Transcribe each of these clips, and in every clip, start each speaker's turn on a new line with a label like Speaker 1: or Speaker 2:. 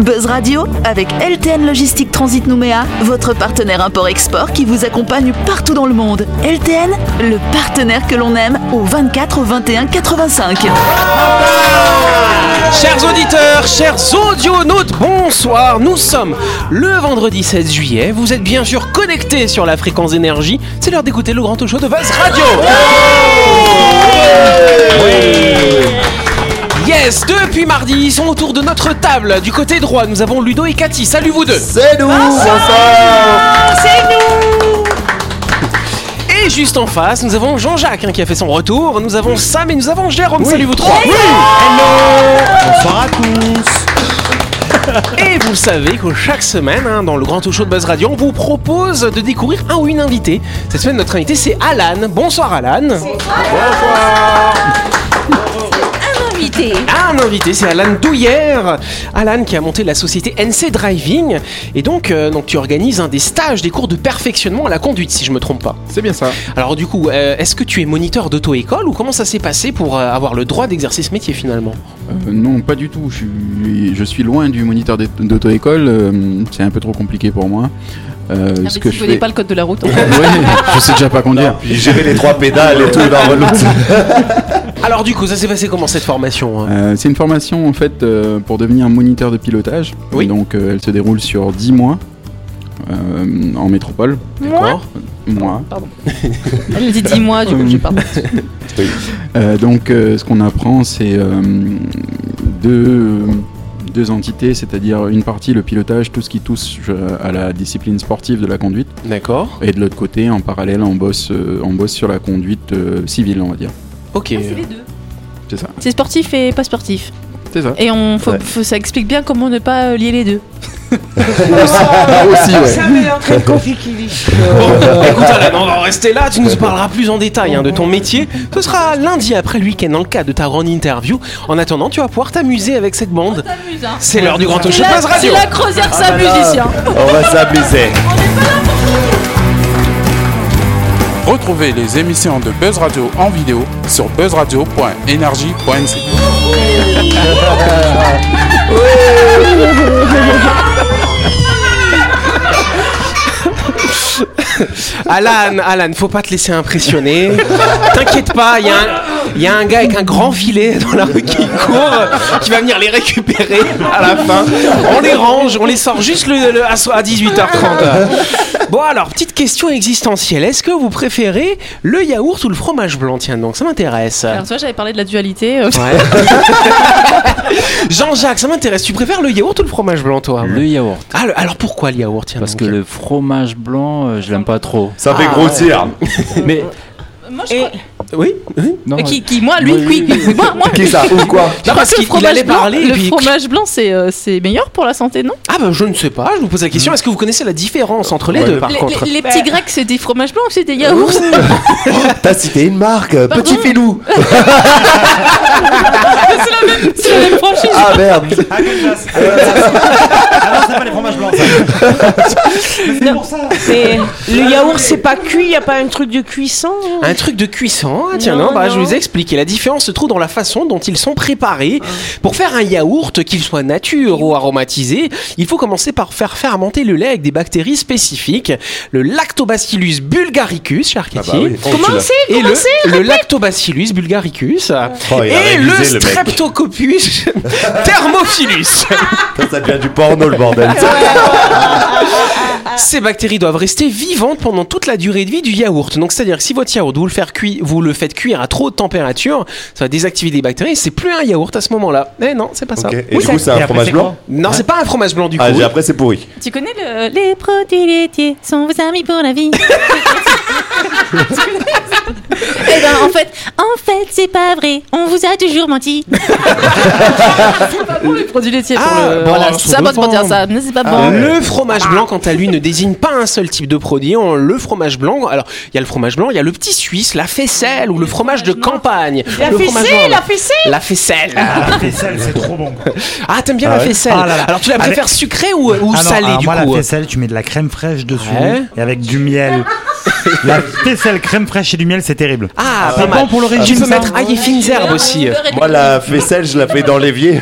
Speaker 1: Buzz Radio avec LTN Logistique Transit Nouméa, votre partenaire import-export qui vous accompagne partout dans le monde. LTN, le partenaire que l'on aime au 24 21 85.
Speaker 2: Chers auditeurs, chers audionautes, bonsoir. Nous sommes le vendredi 16 juillet. Vous êtes bien sûr connectés sur la fréquence énergie. C'est l'heure d'écouter le grand talk show de Buzz Radio. Yes, depuis mardi, ils sont autour de notre table. Du côté droit, nous avons Ludo et Cathy. Salut vous deux.
Speaker 3: C'est nous
Speaker 2: Et juste en face, nous avons Jean-Jacques hein, qui a fait son retour. Nous avons Sam et nous avons Jérôme. Salut vous trois.
Speaker 3: Bonsoir à tous
Speaker 2: Et vous le savez que chaque semaine, hein, dans le grand talk show de Buzz Radio, on vous propose de découvrir un ou une invitée. Cette semaine, notre invité, c'est Alan. Bonsoir, Alan.
Speaker 4: invité.
Speaker 2: Ah, Un invité, c'est Alan Douillère. Alan qui a monté la société NC Driving. Et donc, euh, donc tu organises un des stages, des cours de perfectionnement à la conduite, si je me trompe pas.
Speaker 3: C'est bien ça.
Speaker 2: Alors du coup, euh, est-ce que tu es moniteur d'auto-école ou comment ça s'est passé pour euh, avoir le droit d'exercer ce métier finalement
Speaker 3: Euh, non, pas du tout. Je suis, je suis loin du moniteur d'é- d'auto-école. euh, C'est un peu trop compliqué pour moi. Euh,
Speaker 4: Ah, mais tu connais pas le code de la route. en fait.
Speaker 3: Oui, je sais déjà pas conduire.
Speaker 5: Puis gérer les trois pédales et tout dans l'autre.
Speaker 2: Alors du coup, ça s'est passé comment cette formation hein
Speaker 3: Euh, c'est une formation en fait euh, pour devenir moniteur de pilotage.
Speaker 2: Oui.
Speaker 3: Donc euh, elle se déroule sur 10 mois euh, en métropole.
Speaker 2: D'accord.
Speaker 3: Mois.
Speaker 4: Elle me dit dis-moi, du coup, je parle.
Speaker 3: Euh, donc euh, ce qu'on apprend c'est euh, deux, deux entités, c'est-à-dire une partie le pilotage, tout ce qui touche euh, à la discipline sportive de la conduite,
Speaker 2: D'accord.
Speaker 3: et de l'autre côté en parallèle on bosse, euh, on bosse sur la conduite euh, civile on va dire.
Speaker 6: bah,
Speaker 2: Ok.
Speaker 3: C'est ça.
Speaker 4: C'est sportif et pas sportif.
Speaker 3: C'est ça.
Speaker 4: Et on, faut-
Speaker 5: Ouais.
Speaker 4: faut- ça explique bien comment ne pas euh, lier les deux.
Speaker 3: Ah, aussi ouais.
Speaker 7: Ça mais en train de conflit qui vit.
Speaker 2: Bon, écoute Alan, on va en rester là, tu nous parleras plus en détail hein, de ton métier. Ce sera lundi après le week-end dans le cadre de ta grande interview. En attendant, tu vas pouvoir t'amuser avec cette bande. C'est l'heure du grand talk
Speaker 4: C'est
Speaker 2: show
Speaker 4: la,
Speaker 2: Buzz Radio.
Speaker 4: croisière hein.
Speaker 5: Ah bah là,
Speaker 4: musicien.
Speaker 5: On va s'amuser.
Speaker 8: Retrouvez les émissions de Buzz Radio en vidéo sur buzzradio.energie.nc.
Speaker 2: Alan, Alan, faut pas te laisser impressionner. T'inquiète pas, il y, a un- il y a un gars avec un grand filet dans la rue qui court, qui va venir les récupérer à la fin. On les range, on les sort juste le, le- à, so- à 18h30. Bon alors, petite question existentielle. Est-ce que vous préférez le yaourt ou le fromage blanc Tiens donc, ça m'intéresse.
Speaker 4: Alors, soit j'avais parlé de la dualité. euh,
Speaker 2: Ouais. Jean-Jacques, ça m'intéresse. Tu préfères le yaourt ou le fromage blanc, toi
Speaker 9: Le yaourt.
Speaker 2: Ah, le- alors pourquoi le yaourt tiens,
Speaker 9: Parce
Speaker 2: donc
Speaker 9: que le fromage blanc, euh, je l'aime pas trop.
Speaker 5: Ça fait grossir.
Speaker 9: Mais
Speaker 4: Moi, je
Speaker 2: Et-
Speaker 4: crois-
Speaker 2: Oui, oui.
Speaker 9: non,
Speaker 4: Euh, Qui, qui, moi, lui,
Speaker 9: Oui,
Speaker 4: oui,
Speaker 9: oui, oui.
Speaker 4: moi, moi.
Speaker 5: Qui ça Ou quoi
Speaker 4: Je crois
Speaker 2: Non, parce
Speaker 4: que le
Speaker 2: qu'il il allait
Speaker 4: fromage blanc,
Speaker 2: parler.
Speaker 4: le
Speaker 2: puis-
Speaker 4: fromage blanc, c'est euh, c'est meilleur pour la santé, non
Speaker 2: Ah, ben je ne sais pas, je vous pose la question. Est-ce que vous connaissez la différence entre les
Speaker 5: Hmm. Ouais,
Speaker 2: deux
Speaker 5: le-
Speaker 2: par
Speaker 4: Les,
Speaker 2: contre
Speaker 4: les- les petits grecs, c'est des fromages blancs ou c'est des yaourts
Speaker 5: T'as cité une marque, euh,
Speaker 4: Pardon
Speaker 5: Petit Filou.
Speaker 4: C'est la même, c'est la même franchise.
Speaker 5: Ah merde.
Speaker 10: Ah non, c'est pas les fromages blancs. ça.
Speaker 7: Mais le yaourt c'est pas cuit, y a pas un truc de cuisson. hein
Speaker 2: Un truc de cuisson. Ah, tiens, non,
Speaker 7: Non,
Speaker 2: bah, je
Speaker 7: non.
Speaker 2: vous explique. Et la différence se trouve dans la façon dont ils sont préparés.
Speaker 5: Ah.
Speaker 2: Pour faire un yaourt, qu'il soit nature ou aromatisé, il faut commencer par faire fermenter le lait avec des bactéries spécifiques. Le Lactobacillus bulgaricus, cher
Speaker 5: Ah bah
Speaker 2: Cathy.
Speaker 7: Comment c'est
Speaker 2: Et le, le lactobacillus bulgaricus
Speaker 5: Oh, il a
Speaker 2: et le
Speaker 5: révisé, le mec.
Speaker 2: streptococcus thermophilus.
Speaker 5: Ça, Ça devient du porno le bordel.
Speaker 2: Ces bactéries doivent rester vivantes pendant toute la durée de vie du yaourt. Donc c'est-à-dire que si votre yaourt vous le, faire cuire, vous le faites cuire à trop de température, ça va désactiver des bactéries. C'est plus un yaourt à ce moment-là. Eh non, c'est pas ça.
Speaker 5: Ok, Et
Speaker 2: Oui,
Speaker 5: du coup,
Speaker 2: ça-
Speaker 5: c'est un
Speaker 10: après,
Speaker 5: fromage
Speaker 10: c'est
Speaker 5: blanc
Speaker 2: Non, c'est pas un fromage blanc du coup.
Speaker 5: Ah, j'ai- après, c'est pourri.
Speaker 4: Tu connais le... Les produits laitiers sont vos amis pour la vie. Eh ben, en fait, en fait, c'est pas vrai. On vous a toujours menti. c'est pas bon les produits laitiers
Speaker 2: pour Ah, le- bon,
Speaker 4: Voilà,
Speaker 2: alors,
Speaker 4: c'est pas
Speaker 2: sur
Speaker 4: bon
Speaker 2: le
Speaker 4: de mentir
Speaker 2: fond.
Speaker 4: ça. Mais c'est pas
Speaker 2: Ah,
Speaker 4: bon.
Speaker 2: Le fromage blanc, quant à lui, ne désigne pas un seul type de produit. On- Le fromage blanc, alors il y a le fromage blanc, il y a le petit suisse, la faisselle ou le fromage de campagne.
Speaker 7: La
Speaker 2: Le fromage blanc,
Speaker 7: fessée, la fessée.
Speaker 2: la faisselle.
Speaker 10: Ah, les sels, c'est trop bon.
Speaker 2: Ah, t'aimes bien
Speaker 5: Ah
Speaker 2: la
Speaker 5: ouais
Speaker 2: faisselle
Speaker 10: Ah là là.
Speaker 2: Alors, tu la
Speaker 10: Avec-
Speaker 2: préfères sucrée ou, ou
Speaker 10: Ah non,
Speaker 2: salée
Speaker 10: alors
Speaker 2: du
Speaker 10: moi,
Speaker 2: coup
Speaker 10: la faisselle, tu mets de la crème fraîche dessus
Speaker 2: Ouais.
Speaker 10: et avec du miel. La faisselle crème fraîche et du miel, c'est terrible.
Speaker 2: Ah,
Speaker 10: C'est
Speaker 2: pas mal.
Speaker 10: bon pour
Speaker 2: Tu
Speaker 10: l'origine.
Speaker 2: peux
Speaker 10: ça
Speaker 2: mettre ail et fines herbes aussi.
Speaker 5: Moi, la faisselle, je la fais dans l'évier.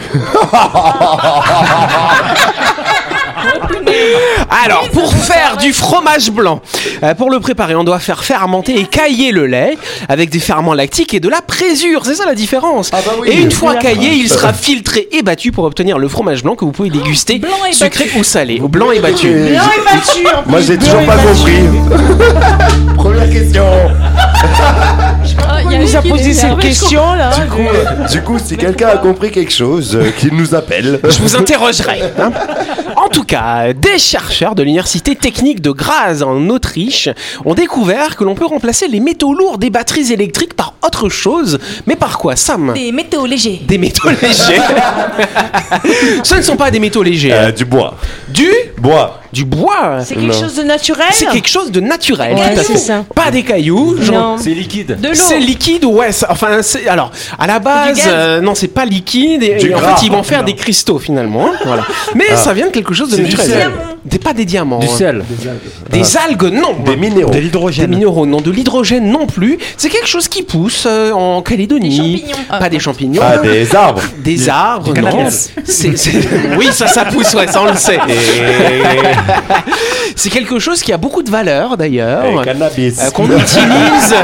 Speaker 2: Alors, pour faire du fromage blanc, euh, pour le préparer, on doit faire fermenter et cailler le lait avec des ferments lactiques et de la présure. C'est ça la différence.
Speaker 5: bah oui.
Speaker 2: Et une fois caillé, il sera filtré et battu pour obtenir le fromage blanc que vous pouvez déguster
Speaker 4: Blanc et
Speaker 2: sucré ou salé. Blanc et battu.
Speaker 5: Et-
Speaker 7: Blanc et battu, en
Speaker 5: Moi,
Speaker 7: plus.
Speaker 5: j'ai toujours
Speaker 7: Blanc
Speaker 5: pas
Speaker 7: et battu.
Speaker 5: compris. Première question.
Speaker 7: Ah, Il nous a posé cette question là.
Speaker 5: Du coup, si quelqu'un a compris quelque chose, euh, qu'il nous appelle.
Speaker 2: Je vous interrogerai. hein. En tout cas, des chercheurs de l'université technique de Graz en Autriche ont découvert que l'on peut remplacer les métaux lourds des batteries électriques par autre chose. Mais par quoi, Sam
Speaker 4: Des métaux légers.
Speaker 2: Des métaux légers. Ce ne sont pas des métaux légers. hein.
Speaker 5: Euh, du bois.
Speaker 2: Du
Speaker 5: Bois.
Speaker 2: du bois.
Speaker 7: C'est quelque chose de naturel.
Speaker 2: C'est quelque chose de naturel.
Speaker 7: Ouais,
Speaker 2: tout à
Speaker 7: c'est
Speaker 2: fait.
Speaker 7: ça.
Speaker 2: Pas des cailloux. genre-
Speaker 7: Non.
Speaker 9: C'est liquide.
Speaker 7: De
Speaker 2: C'est
Speaker 7: l'eau.
Speaker 2: liquide, ouais. ça- Enfin, c'est- alors à la base,
Speaker 7: gaz.
Speaker 2: euh, non, c'est pas liquide. Et,
Speaker 5: Du
Speaker 2: et en
Speaker 5: gras. Ah.
Speaker 2: fait, ils vont faire des cristaux finalement. hein, voilà. Mais ça vient de quelque chose de
Speaker 5: C'est du
Speaker 2: naturel.
Speaker 5: sel. Ah.
Speaker 2: Des pas des diamants.
Speaker 9: Du
Speaker 2: hein.
Speaker 9: sel.
Speaker 2: Des algues, non.
Speaker 5: Des minéraux.
Speaker 10: De
Speaker 2: Des
Speaker 10: l'hydrogène.
Speaker 2: minéraux, non. De l'hydrogène, non plus. C'est quelque chose qui pousse euh, en Calédonie.
Speaker 4: champignons.
Speaker 2: Pas des champignons.
Speaker 5: Ah, des arbres.
Speaker 2: Des arbres, non.
Speaker 10: cannabis.
Speaker 2: C'est- c'est- Oui, ça, ça pousse, ouais, ça on le sait.
Speaker 5: Et, et
Speaker 2: C'est quelque chose qui a beaucoup de valeur d'ailleurs.
Speaker 5: cannabis.
Speaker 2: Euh, qu'on utilise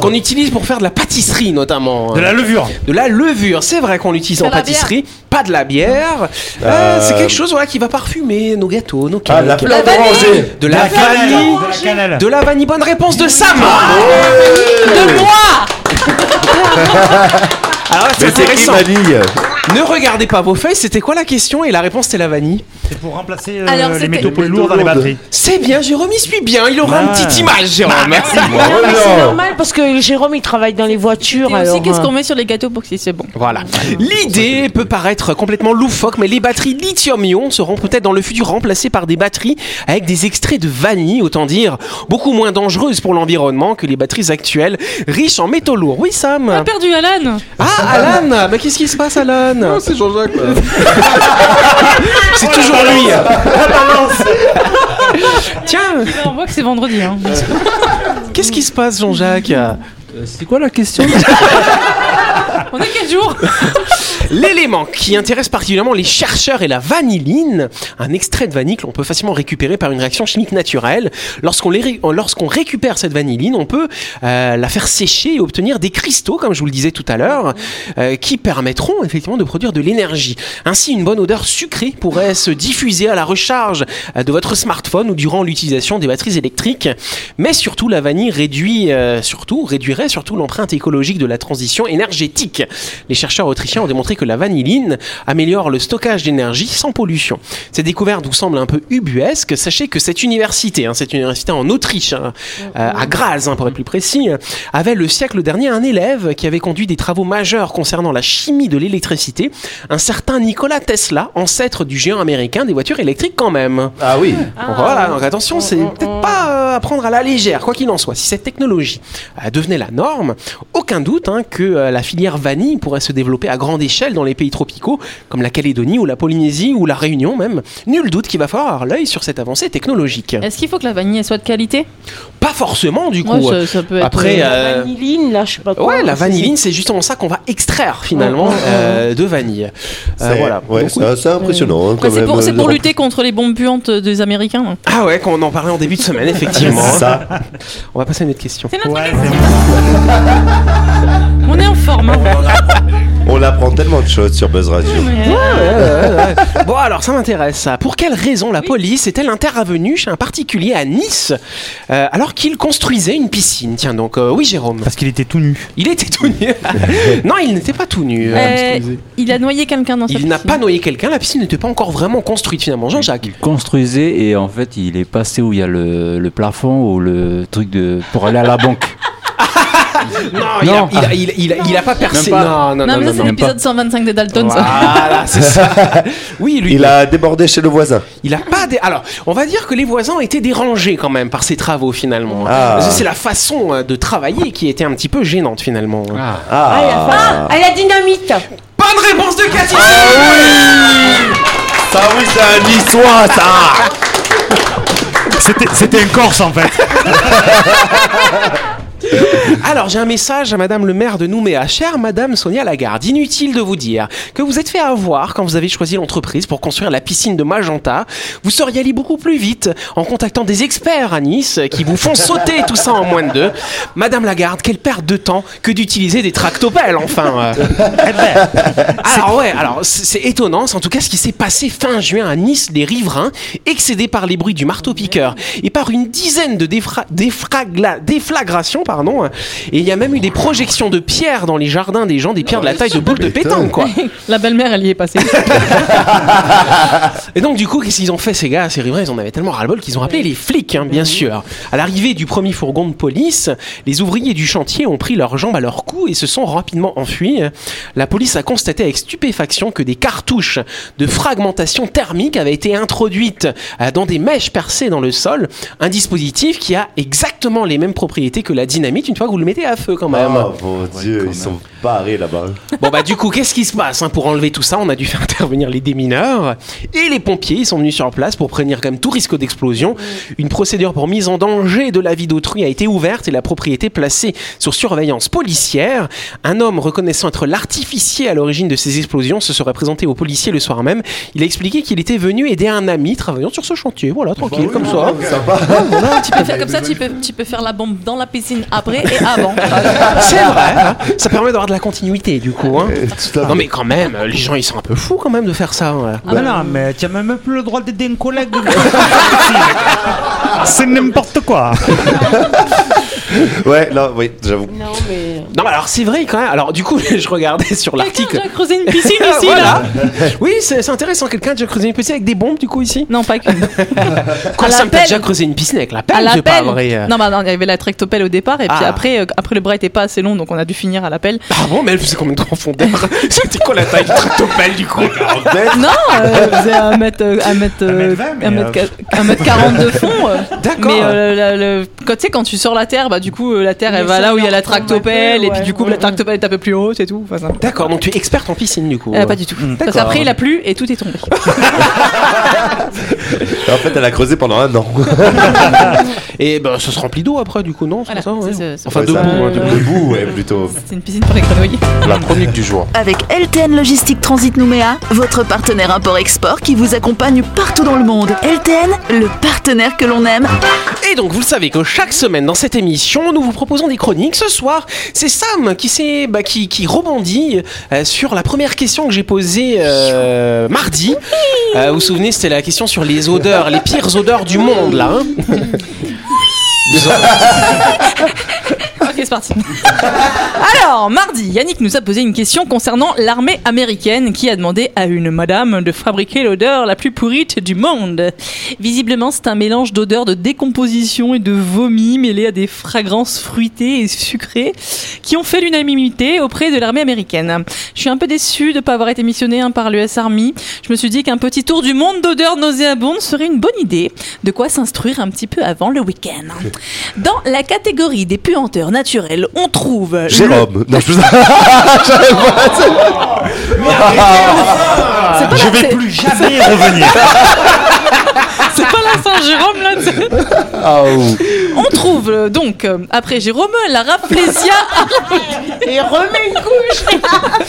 Speaker 2: qu'on utilise pour faire de la pâtisserie notamment
Speaker 10: De la levure.
Speaker 2: De la levure c'est vrai qu'on l'utilise en
Speaker 4: la
Speaker 2: pâtisserie pas de la bière Euh,
Speaker 5: Euh,
Speaker 2: c'est quelque chose voilà qui va parfumer nos gâteaux nos
Speaker 5: Ah,
Speaker 2: cakes
Speaker 5: de la plante orangée.
Speaker 2: de la vanille
Speaker 10: De la cannelle.
Speaker 2: de la vanille bonne réponse de Sam de moi alors là, Ah, c'est
Speaker 5: Mais c'est qui
Speaker 2: intéressant
Speaker 5: vanille
Speaker 2: ne regardez pas vos feuilles c'était quoi la question et la réponse c'était la vanille
Speaker 10: C'est pour remplacer euh,
Speaker 4: Alors,
Speaker 10: les
Speaker 4: c'était-
Speaker 10: métaux
Speaker 5: Les
Speaker 10: lourds dans les
Speaker 5: métaux
Speaker 10: batteries.
Speaker 2: c'est bien Jérôme il suit bien il aura une
Speaker 10: Ah.
Speaker 2: petite image Jérôme
Speaker 7: Mais non, Ah, mais
Speaker 5: Oh
Speaker 7: c'est
Speaker 5: non.
Speaker 7: normal parce que Jérôme il travaille dans les
Speaker 4: Et
Speaker 7: voitures.
Speaker 4: aussi,
Speaker 7: alors,
Speaker 4: qu'est-ce
Speaker 7: euh,
Speaker 2: hein.
Speaker 4: qu'on met sur les gâteaux pour que c'est bon
Speaker 2: Voilà. L'idée peut paraître complètement loufoque, mais les batteries lithium-ion seront peut-être dans le futur remplacées par des batteries avec des extraits de vanille, autant dire beaucoup moins dangereuses pour l'environnement que les batteries actuelles riches en métaux lourds. Oui,
Speaker 4: On a
Speaker 2: Sam
Speaker 4: perdu Alan
Speaker 2: Ah, Alan Mais qu'est-ce qui se passe, Alan
Speaker 3: c'est Jean-Jacques.
Speaker 2: C'est toujours lui Tiens
Speaker 4: On voit que c'est vendredi. Hein.
Speaker 2: Qu'est-ce qui se passe, Jean-Jacques
Speaker 9: Euh, C'est quoi la question
Speaker 4: On est quel jour
Speaker 2: L'élément qui intéresse particulièrement les chercheurs est la vanilline, un extrait de vanille que l'on peut facilement récupérer par une réaction chimique naturelle. Lorsqu'on les ré- euh, lorsqu'on récupère cette vanilline, on peut euh, la faire sécher et obtenir des cristaux, comme je vous le disais tout à l'heure, euh, qui permettront effectivement de produire de l'énergie. Ainsi, une bonne odeur sucrée pourrait se diffuser à la recharge euh, de votre smartphone ou durant l'utilisation des batteries électriques. Mais surtout, la vanille réduit, euh, surtout, réduirait surtout l'empreinte écologique de la transition énergétique. Les chercheurs autrichiens ont démontré que la vanilline améliore le stockage d'énergie sans pollution. Cette découverte vous semble un peu ubuesque. Sachez que cette université, hein, cette université en Autriche, hein, euh, à Graz hein, pour être plus précis, euh, avait le siècle dernier un élève qui avait conduit des travaux majeurs concernant la chimie de l'électricité, un certain Nikola Tesla, ancêtre du géant américain des voitures électriques quand même.
Speaker 5: Ah oui.
Speaker 2: Voilà, donc attention, c'est peut-être pas euh, à prendre à la légère, quoi qu'il en soit. Si cette technologie euh, devenait la norme, aucun doute hein, que euh, la filière vanille pourrait se développer à grande échelle dans les pays tropicaux, comme la Calédonie ou la Polynésie ou la Réunion même. Nul doute qu'il va falloir avoir l'œil sur cette avancée technologique.
Speaker 6: Euh,
Speaker 4: Est-ce qu'il faut que la vanille elle soit de qualité
Speaker 2: Pas forcément, du coup.
Speaker 4: Moi, ça, ça peut être.
Speaker 2: Après,
Speaker 4: euh,
Speaker 2: euh,
Speaker 7: La vanilline là, je sais pas quoi.
Speaker 2: Ouais, la
Speaker 7: c'est-
Speaker 2: vanilline, c'est justement ça qu'on va extraire finalement
Speaker 7: Ouais, ouais, ouais.
Speaker 2: euh, de vanille. Euh,
Speaker 5: C'est-
Speaker 2: voilà.
Speaker 5: Ouais,
Speaker 2: Donc,
Speaker 5: c'est c'est impressionnant. hein,
Speaker 4: après,
Speaker 5: quand
Speaker 4: c'est
Speaker 5: même,
Speaker 4: pour, c'est
Speaker 5: euh,
Speaker 4: pour
Speaker 5: le-
Speaker 4: lutter contre les bombes puantes des Américains. hein.
Speaker 2: Ah bah, ouais, quand on en parlait en début de semaine, effectivement.
Speaker 5: C'est ça.
Speaker 2: On va passer à une autre question.
Speaker 4: C'est notre
Speaker 10: Ouais,
Speaker 4: magazine. On est en forme. hein.
Speaker 5: On apprend tellement de choses sur Buzz Radio.
Speaker 4: Mais,
Speaker 2: Bon alors ça m'intéresse ça. Pour quelle raison la police est-elle intervenue chez un particulier à Nice euh, alors qu'il construisait une piscine Tiens donc euh, oui Jérôme.
Speaker 10: Parce qu'il était tout nu.
Speaker 2: Il était tout nu. non il n'était pas tout nu.
Speaker 4: euh, il a noyé quelqu'un dans sa
Speaker 2: Il n'a
Speaker 4: piscine.
Speaker 2: pas noyé quelqu'un. La piscine n'était pas encore vraiment construite finalement. Jean-Jacques.
Speaker 9: Il construisait et en fait il est passé où il y a le, le plafond ou le truc de pour aller à la banque.
Speaker 2: Non, il a-
Speaker 9: Non.
Speaker 2: il a- il a- il a- il a pas percé.
Speaker 9: Même
Speaker 2: Non
Speaker 9: pas.
Speaker 4: Non,
Speaker 2: non non
Speaker 4: mais ça,
Speaker 2: non.
Speaker 4: c'est
Speaker 2: non.
Speaker 9: même
Speaker 4: l'épisode 125 des Dalton. ça.
Speaker 2: Voilà, c'est ça. Oui, lui,
Speaker 5: Il a débordé chez le voisin.
Speaker 2: Il a pas des. Alors, on va dire que les voisins ont été dérangés quand même par ces travaux finalement.
Speaker 5: Ah.
Speaker 2: Parce que C'est la façon euh, de travailler qui était un petit peu gênante finalement.
Speaker 7: Ah, elle a faim. Ah, elle a dynamite.
Speaker 2: Bonne réponse de Cathy.
Speaker 5: Ah, Ça oui, c'est un niçois, ça
Speaker 10: C'était- C'était un Corse en fait.
Speaker 2: Alors, j'ai un message à Madame le maire de Nouméa. Chère Madame Sonia Lagarde, inutile de vous dire que vous êtes fait avoir quand vous avez choisi l'entreprise pour construire la piscine de Magenta. Vous seriez allé beaucoup plus vite en contactant des experts à Nice qui vous font sauter tout ça en moins de deux. Madame Lagarde, quelle perte de temps que d'utiliser des tractopelles, enfin. euh. Alors ouais, alors c'est c'est étonnant, c'est en tout cas ce qui s'est passé fin juin à Nice, les riverains, excédés par les bruits du marteau-piqueur et par une dizaine de défra- défragla- déflagrations, pardon, hein. et il y a même eu des projections de pierres dans les jardins des gens, des pierres de la taille de boules de pétanque, quoi.
Speaker 6: La belle-mère, elle y est passée.
Speaker 2: Et donc, du coup, qu'est-ce qu'ils ont fait, ces gars, ces riverains Ils en avaient tellement ras-le-bol qu'ils ont appelé les flics, hein, bien sûr. À l'arrivée du premier fourgon de police, les ouvriers du chantier ont pris leurs jambes à leur cou et se sont rapidement enfuis. La police a constaté avec stupéfaction que des cartouches de fragmentation thermique avaient été introduites euh, dans des mèches percées dans le sol. Un dispositif qui a exactement les mêmes propriétés que la dynamite une fois que vous le mettez à feu, quand même.
Speaker 5: Oh mon dieu, ils sont barrés là-bas.
Speaker 2: Bon bah du coup, qu'est-ce qui se passe hein Pour enlever tout ça, on a dû faire intervenir les démineurs et les pompiers. Ils sont venus sur place pour prévenir quand même tout risque d'explosion. Une procédure pour mise en danger de la vie d'autrui a été ouverte et la propriété placée sur surveillance policière. Un homme reconnaissant être l'artificier à l'origine de ces explosions se serait présenté aux policiers le soir même. Il a expliqué qu'il était venu aider un ami travaillant sur ce chantier. Voilà, tranquille, comme ça. hein. Ouais, voilà, un petit peu.
Speaker 6: Tu peux faire comme ça, tu peux, tu peux faire la bombe dans la piscine après et avant.
Speaker 2: C'est vrai, hein. ça permet d'avoir de la continuité du coup. hein.
Speaker 5: Euh, tout à
Speaker 2: Non mais quand même, les gens ils sont un peu fous quand même de faire ça. ouais.
Speaker 10: Ah bah non, mais tu as même plus le droit d'aider un collègue. C'est n'importe quoi.
Speaker 5: fait. Ouais, là, oui, j'avoue.
Speaker 7: Non, mais.
Speaker 2: Non, mais alors c'est vrai quand même. Alors du coup, je regardais sur l'article.
Speaker 6: Quelqu'un a creusé une piscine
Speaker 2: Ah,
Speaker 6: ici,
Speaker 2: voilà.
Speaker 6: là
Speaker 2: Oui, c'est c'est intéressant. Quelqu'un a déjà creusé une piscine avec des bombes du coup ici
Speaker 6: Non, pas qu'une.
Speaker 2: Quoi
Speaker 6: À
Speaker 2: ça
Speaker 6: la
Speaker 2: me
Speaker 6: pelle.
Speaker 2: t'a déjà creusé une piscine avec la
Speaker 6: À
Speaker 2: pelle C'est
Speaker 6: la
Speaker 2: pas
Speaker 6: pelle.
Speaker 2: vrai. euh.
Speaker 6: Non, bah non, il y avait la tractopelle au départ, et puis
Speaker 2: Ah.
Speaker 6: après, euh, après le bras était pas assez long, donc on a dû finir à la pelle.
Speaker 2: Ah bon, mais elle faisait combien de temps en fondeur C'était quoi la taille du tractopelle du coup
Speaker 6: Non, euh, elle faisait 1 mètre, euh, 1 mètre, euh,
Speaker 10: 1m20, mais,
Speaker 6: 1 mètre, qua- 1 mètre 40 de fond. euh.
Speaker 2: D'accord.
Speaker 6: Mais euh, la- la- quand tu sais, quand tu sors la terre, bah du coup, euh, la terre,
Speaker 7: Mais
Speaker 6: elle va
Speaker 7: ça
Speaker 6: là où il y a la
Speaker 7: vient en forme
Speaker 6: tractopelle,
Speaker 7: d'appel,
Speaker 6: et puis
Speaker 7: ouais.
Speaker 6: du coup, la tractopelle est un peu plus haute et tout. Enfin, ça.
Speaker 2: D'accord, donc tu es experte en piscine du coup.
Speaker 6: Euh, pas du tout. Parce
Speaker 2: D'accord.
Speaker 6: qu'après, il a plu et tout est tombé.
Speaker 5: En fait, elle a creusé pendant un an.
Speaker 2: Et ben ça se remplit d'eau après du coup, non c'est
Speaker 6: Voilà,
Speaker 2: ça, ouais.
Speaker 6: c'est- c'est- c'est-
Speaker 2: Enfin
Speaker 5: Ouais,
Speaker 2: debout.
Speaker 5: ça-
Speaker 2: hein, debout.
Speaker 5: Debout, ouais, plutôt.
Speaker 6: C'est une piscine pour les grenouilles.
Speaker 8: La chronique du jour.
Speaker 1: Avec LTN Logistique Transit Nouméa, votre partenaire import-export qui vous accompagne partout dans le monde. LTN, le partenaire que l'on aime.
Speaker 2: Et donc, vous le savez que chaque semaine dans cette émission, nous vous proposons des chroniques. Ce soir, c'est Sam qui, s'est- bah, qui, qui rebondit euh, sur la première question que j'ai posée euh, mardi. Euh, vous vous souvenez, c'était la question sur les odeurs, les pires odeurs du monde, là. hein.
Speaker 6: Ok, c'est parti. Alors, mardi, Yannick nous a posé une question concernant l'armée américaine qui a demandé à une madame de fabriquer l'odeur la plus pourrite du monde. Visiblement, c'est un mélange d'odeurs de décomposition et de vomi mêlé à des fragrances fruitées et sucrées qui ont fait l'unanimité auprès de l'armée américaine. Je suis un peu déçue de ne pas avoir été missionnée hein, par l'US Army. Je me suis dit qu'un petit tour du monde d'odeurs nauséabondes serait une bonne idée. De quoi s'instruire un petit peu avant le week-end. Dans la catégorie des puanteurs naturelles, on trouve le-
Speaker 5: Jérôme. Non, je vous
Speaker 6: C'est pas
Speaker 10: Je
Speaker 6: la-
Speaker 10: vais
Speaker 6: c'est-
Speaker 10: plus jamais revenir.
Speaker 6: C'est pas la Saint-Jérôme là tu- On trouve euh, donc, euh, après Jérôme, la Rafflesia.
Speaker 7: Et remets une couche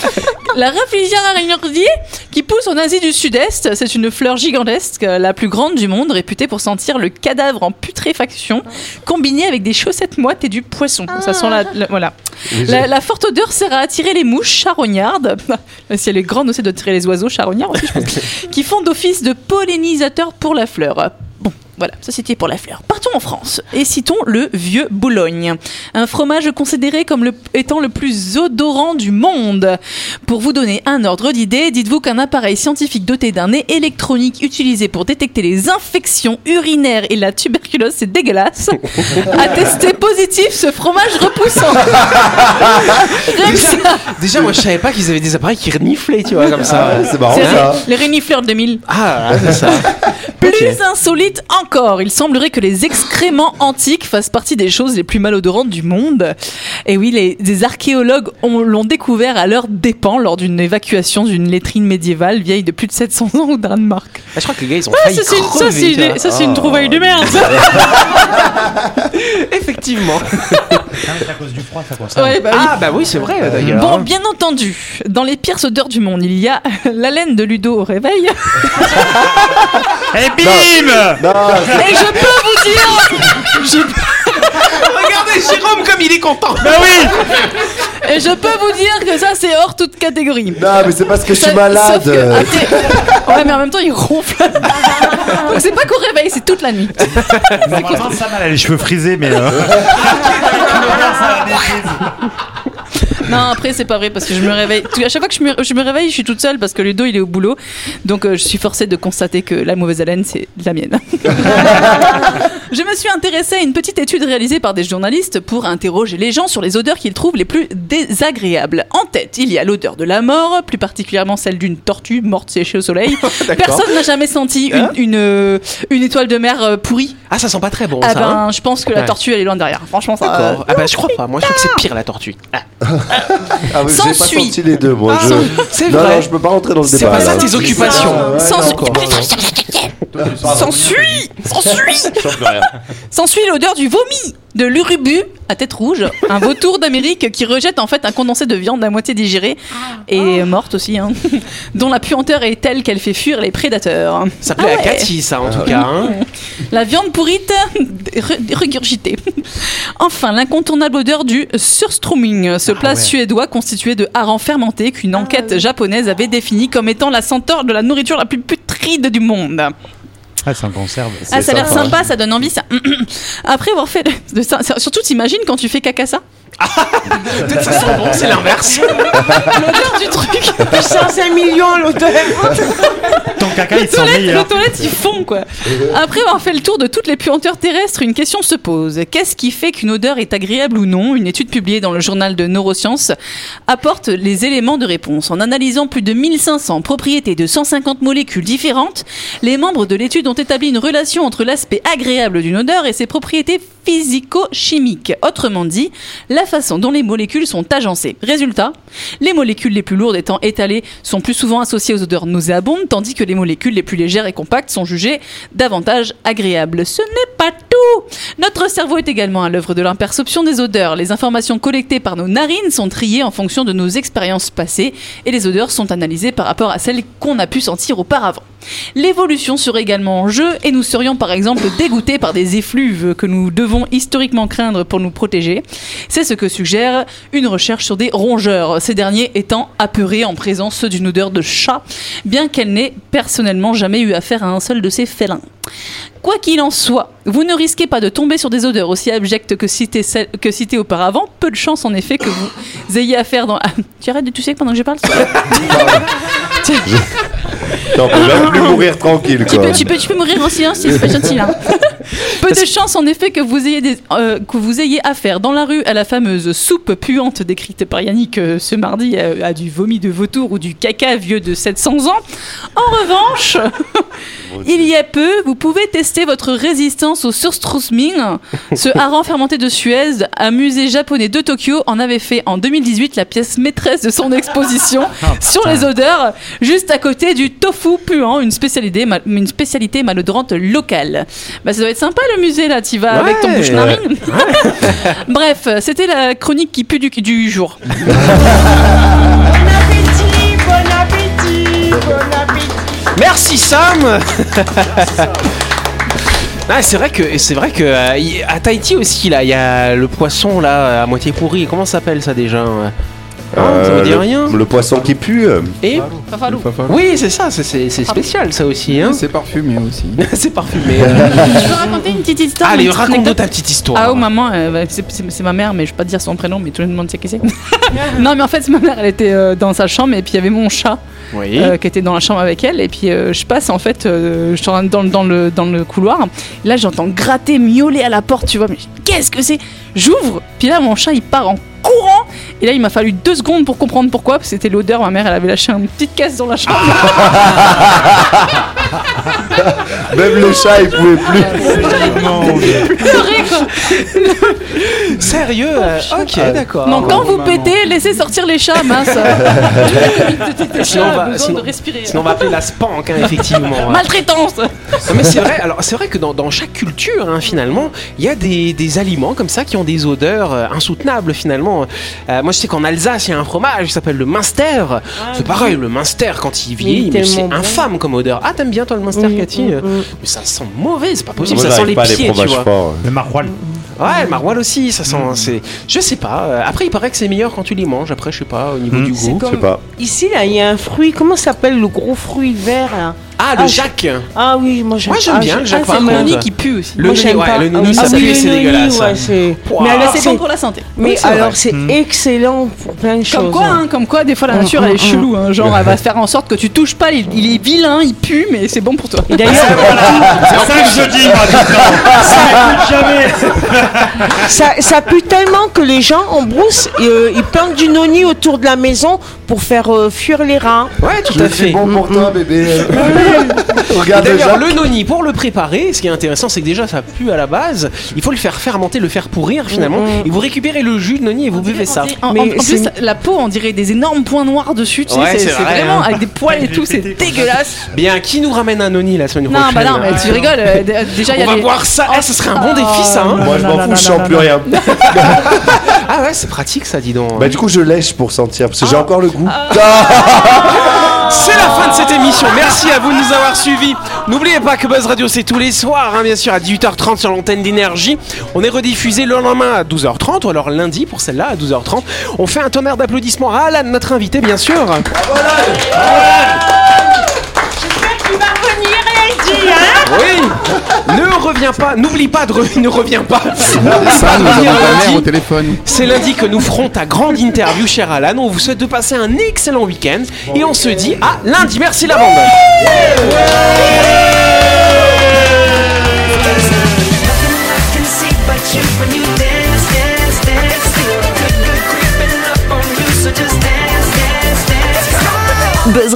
Speaker 6: La Rafflesia araignardier qui pousse en Asie du Sud-Est, c'est une fleur gigantesque, euh, la plus grande du monde, réputée pour sentir le cadavre en putréfaction, combinée avec des chaussettes moites et du poisson. Ça sent la, la- voilà. La, la forte odeur sert à attirer les mouches charognardes. Euh, si elle est grande, aussi, elle doit attirer les oiseaux charognards aussi, je pense. qui font d'office de pollinisateurs pour la fleur. Bon, voilà, ça c'était pour la fleur. Partons en France et citons le vieux Boulogne, un fromage considéré comme le, étant le plus odorant du monde. Pour vous donner un ordre d'idée, dites-vous qu'un appareil scientifique doté d'un nez électronique utilisé pour détecter les infections urinaires et la tuberculose, c'est dégueulasse, a testé positif ce fromage repoussant. Rien que ça.
Speaker 2: Déjà, moi, je savais pas qu'ils avaient des appareils qui reniflaient, tu vois, comme Ah, ça.
Speaker 5: C'est marrant
Speaker 6: C'est
Speaker 5: ça.
Speaker 6: les renifleurs 2000.
Speaker 2: Ah, c'est ça.
Speaker 6: Plus
Speaker 2: Ok.
Speaker 6: insolite encore, il semblerait que les excréments antiques fassent partie des choses les plus malodorantes du monde. Et oui, les, des archéologues ont- l'ont découvert à leur dépens lors d'une évacuation d'une latrine médiévale vieille de plus de 700 ans au Danemark.
Speaker 2: je crois que les gars, ils ont
Speaker 6: Ouais,
Speaker 2: failli
Speaker 6: ça, c'est une- ça,
Speaker 2: crever,
Speaker 6: c'est une-
Speaker 2: ça.
Speaker 6: ça, c'est une
Speaker 2: Oh.
Speaker 6: trouvaille de merde, ça.
Speaker 2: Effectivement.
Speaker 10: à cause du froid, ça
Speaker 6: Ouais, bah oui.
Speaker 2: Ah bah oui, c'est vrai
Speaker 10: hein.
Speaker 2: d'ailleurs.
Speaker 6: Bon, bien entendu, dans les pires odeurs du monde, il y a l'haleine de Ludo au réveil.
Speaker 10: Et Eh, bim
Speaker 6: Et je peux vous dire,
Speaker 2: Bah Regardez Jérôme comme il est content.
Speaker 10: Bah oui
Speaker 6: et je peux vous dire que ça, c'est hors toute catégorie.
Speaker 5: Non, mais c'est parce que je
Speaker 6: Ça-
Speaker 5: suis malade.
Speaker 6: sauf que- ah, t'es- ouais, mais en même temps, il ronfle. Donc c'est pas qu'au réveil, c'est toute la nuit.
Speaker 10: Normalement, ça m'a les cheveux frisés, mais. euh,
Speaker 6: Non, après, c'est pas vrai parce que je me réveille. Tout- À chaque fois que je me, je me réveille, je suis toute seule parce que Ludo, il est au boulot. Donc, euh, je suis forcée de constater que la mauvaise haleine, c'est la mienne. je me suis intéressée à une petite étude réalisée par des journalistes pour interroger les gens sur les odeurs qu'ils trouvent les plus désagréables. En tête, il y a l'odeur de la mort, plus particulièrement celle d'une tortue morte séchée au soleil. Personne n'a jamais senti une,
Speaker 2: Hein
Speaker 6: une, euh, une étoile de mer euh, pourrie.
Speaker 2: Ah ça sent pas très bon
Speaker 6: ah
Speaker 2: ça. hein.
Speaker 6: ben, je pense que la
Speaker 2: Ouais.
Speaker 6: tortue, elle est loin derrière. Franchement, ça. euh,
Speaker 2: D'accord. Ah bah je crois pas. Moi je crois que c'est pire la tortue. Ah.
Speaker 5: Ah oui, j'ai pas
Speaker 6: s'ensuit.
Speaker 5: senti les deux, moi. je...
Speaker 2: C'est
Speaker 5: Non,
Speaker 2: vrai.
Speaker 5: non, je peux pas rentrer dans le
Speaker 2: C'est
Speaker 5: débat.
Speaker 2: pas ça
Speaker 5: là.
Speaker 2: tes occupations.
Speaker 5: Ouais,
Speaker 6: S'ensuit-
Speaker 5: non, encore.
Speaker 6: S'ensuit S'ensuit S'ensuit l'odeur du vomi de l'urubu à tête rouge, un vautour d'Amérique qui rejette en fait un condensé de viande à moitié digérée
Speaker 2: Ah.
Speaker 6: et
Speaker 2: Oh.
Speaker 6: morte aussi, hein, dont la puanteur est telle qu'elle fait fuir les prédateurs.
Speaker 2: Ça plaît
Speaker 6: Ah
Speaker 2: à
Speaker 6: ouais.
Speaker 2: Cathy ça en tout cas. hein.
Speaker 6: La viande pourrite re- regurgitée. Enfin, l'incontournable odeur du surströmming, ce plat
Speaker 10: Ah ouais.
Speaker 6: suédois constitué de harengs fermentés qu'une enquête japonaise avait défini comme étant la senteur de la nourriture la plus putride du monde.
Speaker 10: Ah, c'est un conserve.
Speaker 6: Ah, ça a l'air
Speaker 5: sympa.
Speaker 6: sympa, ça donne envie, ça. Après avoir fait de ça, ça- surtout t'imagines quand tu fais caca ça
Speaker 2: Peut-être ça sent bon, c'est l'inverse.
Speaker 6: L'odeur du truc.
Speaker 7: C'est un 5 millions l'hôtel.
Speaker 10: Ton caca,
Speaker 6: Les
Speaker 10: il sent
Speaker 6: toilettes, les
Speaker 10: meilleur.
Speaker 6: toilettes, ils font quoi. Après avoir fait le tour de toutes les puanteurs terrestres, une question se pose. Qu'est-ce qui fait qu'une odeur est agréable ou non Une étude publiée dans le journal de Neurosciences apporte les éléments de réponse. En analysant plus de 1500 propriétés de 150 molécules différentes, les membres de l'étude ont établi une relation entre l'aspect agréable d'une odeur et ses propriétés physico-chimiques. Autrement dit, la façon dont les molécules sont agencées. Résultat, les molécules les plus lourdes étant étalées sont plus souvent associées aux odeurs nauséabondes, tandis que les molécules les plus légères et compactes sont jugées davantage agréables. Ce n'est pas tout Notre cerveau est également à l'œuvre de l'imperception des odeurs. Les informations collectées par nos narines sont triées en fonction de nos expériences passées et les odeurs sont analysées par rapport à celles qu'on a pu sentir auparavant. L'évolution serait également en jeu et nous serions par exemple dégoûtés par des effluves que nous devons historiquement craindre pour nous protéger. C'est ce que suggère une recherche sur des rongeurs, ces derniers étant apeurés en présence d'une odeur de chat, bien qu'elle n'ait personnellement jamais eu affaire à un seul de ces félins. Quoi qu'il en soit, vous ne risquez pas de tomber sur des odeurs aussi abjectes que citées, celles- que citées auparavant. Peu de chance en effet que vous ayez affaire dans... Ah, tu arrêtes de tousser pendant que je parle s'il te plaît
Speaker 5: Non, mais là, plus mourir tranquille,
Speaker 6: Tu
Speaker 5: quoi.
Speaker 6: peux, tu, peux, tu peux mourir en silence, c'est pas gentil. hein. Peu de chance en effet que vous, ayez des- euh, que vous ayez affaire dans la rue à la fameuse soupe puante décrite par Yannick euh, ce mardi euh, à, du vomi de vautour ou du caca vieux de 700 ans. En revanche, il y a peu, vous pouvez tester votre résistance au surströmming. Ce hareng fermenté de Suez, un musée japonais de Tokyo, en avait fait en 2018 la pièce maîtresse de son exposition
Speaker 10: Ah,
Speaker 6: sur les odeurs, juste à côté du tofu puant, une spécialité, ma- une spécialité malodorante locale. Bah, ça doit être sympa le musée là, tu vas avec ton
Speaker 2: Ouais.
Speaker 6: bouche narine. Bref, c'était la chronique qui pue du, du jour.
Speaker 2: Mmh.
Speaker 7: Bon appétit, bon appétit, bon appétit.
Speaker 2: Merci Sam. Ah, c'est vrai que c'est vrai que euh, y- à Tahiti aussi là il y a le poisson là à moitié pourri comment ça s'appelle ça déjà hein ça vous dit
Speaker 5: Euh, le,
Speaker 2: rien
Speaker 5: le poisson qui pue. euh,
Speaker 2: et
Speaker 6: Fafalou.
Speaker 3: Fafa.
Speaker 2: oui c'est ça c'est- c'est
Speaker 6: Ah.
Speaker 2: c'est spécial ça aussi hein
Speaker 3: C'est parfumé aussi.
Speaker 2: c'est parfumé
Speaker 6: Je peux raconter une petite histoire
Speaker 2: allez
Speaker 6: une petite
Speaker 2: raconte-nous
Speaker 6: anecdote
Speaker 2: ta petite histoire
Speaker 6: Ah, oh, maman, euh, bah, c'est- c'est c'est ma mère, mais je vais pas te dire son prénom, mais tout le monde sait qui c'est. non, mais en fait, ma mère, elle était euh, dans sa chambre et puis il y avait mon chat
Speaker 2: Oui.
Speaker 6: euh, qui était dans la chambre avec elle. Et puis euh, je passe en fait, euh, je suis en- dans, le- dans le, dans le couloir. Là j'entends gratter, miauler à la porte, tu vois. Mais qu'est-ce que c'est J'ouvre, puis là mon chat il part en courant. Et là il m'a fallu deux secondes pour comprendre pourquoi, parce que c'était l'odeur. Ma mère elle avait lâché une petite caisse dans la chambre.
Speaker 5: Même le chat, il pouvait plus.
Speaker 6: Pleurer, quoi.
Speaker 2: Sérieux euh, Ok, d'accord.
Speaker 6: Oh, Non, quand vous pétez, laissez sortir les chats, mince.
Speaker 2: Sinon,
Speaker 6: Les chats
Speaker 2: on
Speaker 6: ont
Speaker 2: va-
Speaker 6: besoin
Speaker 2: sinon-
Speaker 6: de respirer.
Speaker 2: sinon on va appeler la spank, hein, effectivement.
Speaker 6: Maltraitance
Speaker 2: Non, mais c'est vrai. Alors c'est vrai que dans, dans chaque culture, hein, finalement, il y a des, des aliments comme ça qui ont des odeurs euh, insoutenables. Finalement, Euh, moi je sais qu'en Alsace, il y a un fromage qui s'appelle le Minster. c'est pareil, le Minster quand il vieillit,
Speaker 7: Ah Il est
Speaker 2: mais c'est
Speaker 7: tellement bon. Mm,
Speaker 2: infâme comme odeur. Ah, t'aimes bien toi le Minster, Cathy Euh, Mais ça sent mauvais, c'est pas possible. ça sent les pieds, tu vois.
Speaker 5: forts.
Speaker 10: Le maroilles.
Speaker 2: Ouais, le maroilles aussi, ça sent.
Speaker 7: Mm.
Speaker 2: C'est, je sais pas. euh, Après, il paraît que c'est meilleur quand tu les manges. Après, je sais pas au niveau
Speaker 10: Mm.
Speaker 2: du goût.
Speaker 5: Je sais pas.
Speaker 7: Ici, là, il y a un fruit. Comment s'appelle le gros fruit vert là
Speaker 2: Ah, le
Speaker 7: Ah, je-
Speaker 2: Jacques.
Speaker 7: Ah oui, moi j'aime
Speaker 2: Moi, j'aime
Speaker 7: ah,
Speaker 2: bien
Speaker 7: je-
Speaker 2: le Jacques
Speaker 7: ah,
Speaker 6: C'est
Speaker 2: Par
Speaker 6: le
Speaker 2: contre-
Speaker 6: noni qui pue aussi.
Speaker 2: Le
Speaker 7: Moi,
Speaker 2: noni,
Speaker 7: j'aime
Speaker 2: ouais,
Speaker 7: pas.
Speaker 2: le
Speaker 7: Ah
Speaker 2: noni, ça
Speaker 7: oui,
Speaker 2: pue,
Speaker 7: le
Speaker 2: c'est
Speaker 7: noni,
Speaker 2: dégueulasse. hein.
Speaker 7: ouais, c'est-
Speaker 2: Pouah.
Speaker 7: Mais alors,
Speaker 6: Ah, C'est
Speaker 7: c'est-
Speaker 6: bon pour la santé.
Speaker 7: Mais
Speaker 2: Oui, c'est
Speaker 7: alors,
Speaker 2: vrai. Hmm.
Speaker 7: c'est
Speaker 10: Mm.
Speaker 7: excellent pour plein de
Speaker 6: Comme
Speaker 7: choses.
Speaker 6: quoi, hein, comme quoi, des fois la
Speaker 7: Hum,
Speaker 6: nature elle
Speaker 7: hum,
Speaker 6: est chelou, hein. genre elle va faire en sorte que tu touches pas, il, il est vilain, il pue, mais hein. c'est bon pour toi.
Speaker 7: Et D'ailleurs,
Speaker 10: C'est ça que je dis, moi, tout le temps. Ça n'écoute jamais.
Speaker 7: ça, ça pue tellement que les gens en brousse, euh, ils plantent du noni autour de la maison pour faire euh, fuir les rats.
Speaker 2: Ouais, tout à
Speaker 5: Je
Speaker 2: fait. Mm, Ah
Speaker 5: suis bon pour toi, bébé.
Speaker 2: Et
Speaker 5: Regarde
Speaker 2: D'ailleurs,
Speaker 5: Ah, déjà.
Speaker 2: le noni, pour le préparer, ce qui est intéressant, c'est que déjà ça pue à la base. Il faut le faire fermenter, le faire pourrir finalement. Et vous récupérez le jus de noni et vous buvez ça.
Speaker 6: En, en-
Speaker 7: Mais
Speaker 6: en plus,
Speaker 7: c'est-
Speaker 6: la peau, on dirait des énormes points noirs dessus, tu sais,
Speaker 2: Ouais,
Speaker 6: c'est
Speaker 2: c'est
Speaker 6: c'est
Speaker 2: vrai,
Speaker 6: vraiment
Speaker 2: hein.
Speaker 6: avec des poils et tout, c'est dégueulasse.
Speaker 2: Bien, qui nous ramène un noni la semaine
Speaker 6: Non,
Speaker 2: prochaine
Speaker 6: bah non, mais tu rigoles, euh, d- euh, déjà il y
Speaker 2: On
Speaker 6: a
Speaker 2: va
Speaker 6: des-
Speaker 2: voir ça. Eh, ce serait un bon défi ça. hein.
Speaker 5: Moi, je m'en fous, je sens plus rien.
Speaker 2: Ah ouais, c'est pratique ça, dis donc.
Speaker 5: Bah, du coup, je lèche pour sentir, parce que
Speaker 2: Ah.
Speaker 5: j'ai encore le goût.
Speaker 2: C'est la fin de cette émission. Merci à vous de nous avoir suivis. N'oubliez pas que Buzz Radio c'est tous les soirs, hein, bien sûr, à 18h30 sur l'antenne d'énergie. On est rediffusé le lendemain à 12h30 ou alors lundi pour celle-là à 12h30. On fait un tonnerre d'applaudissements à Alan, notre invité, bien sûr. Oui. Ne reviens pas. N'oublie pas de re- ne reviens pas.
Speaker 3: Ça,
Speaker 8: Ah,
Speaker 3: nous
Speaker 2: Reviens
Speaker 3: avons ta
Speaker 2: lundi.
Speaker 3: mère au téléphone.
Speaker 2: C'est lundi que nous ferons ta grande interview, cher Alan. On vous souhaite de passer un excellent week-end et on se dit à lundi. Merci la bande.
Speaker 1: Buzz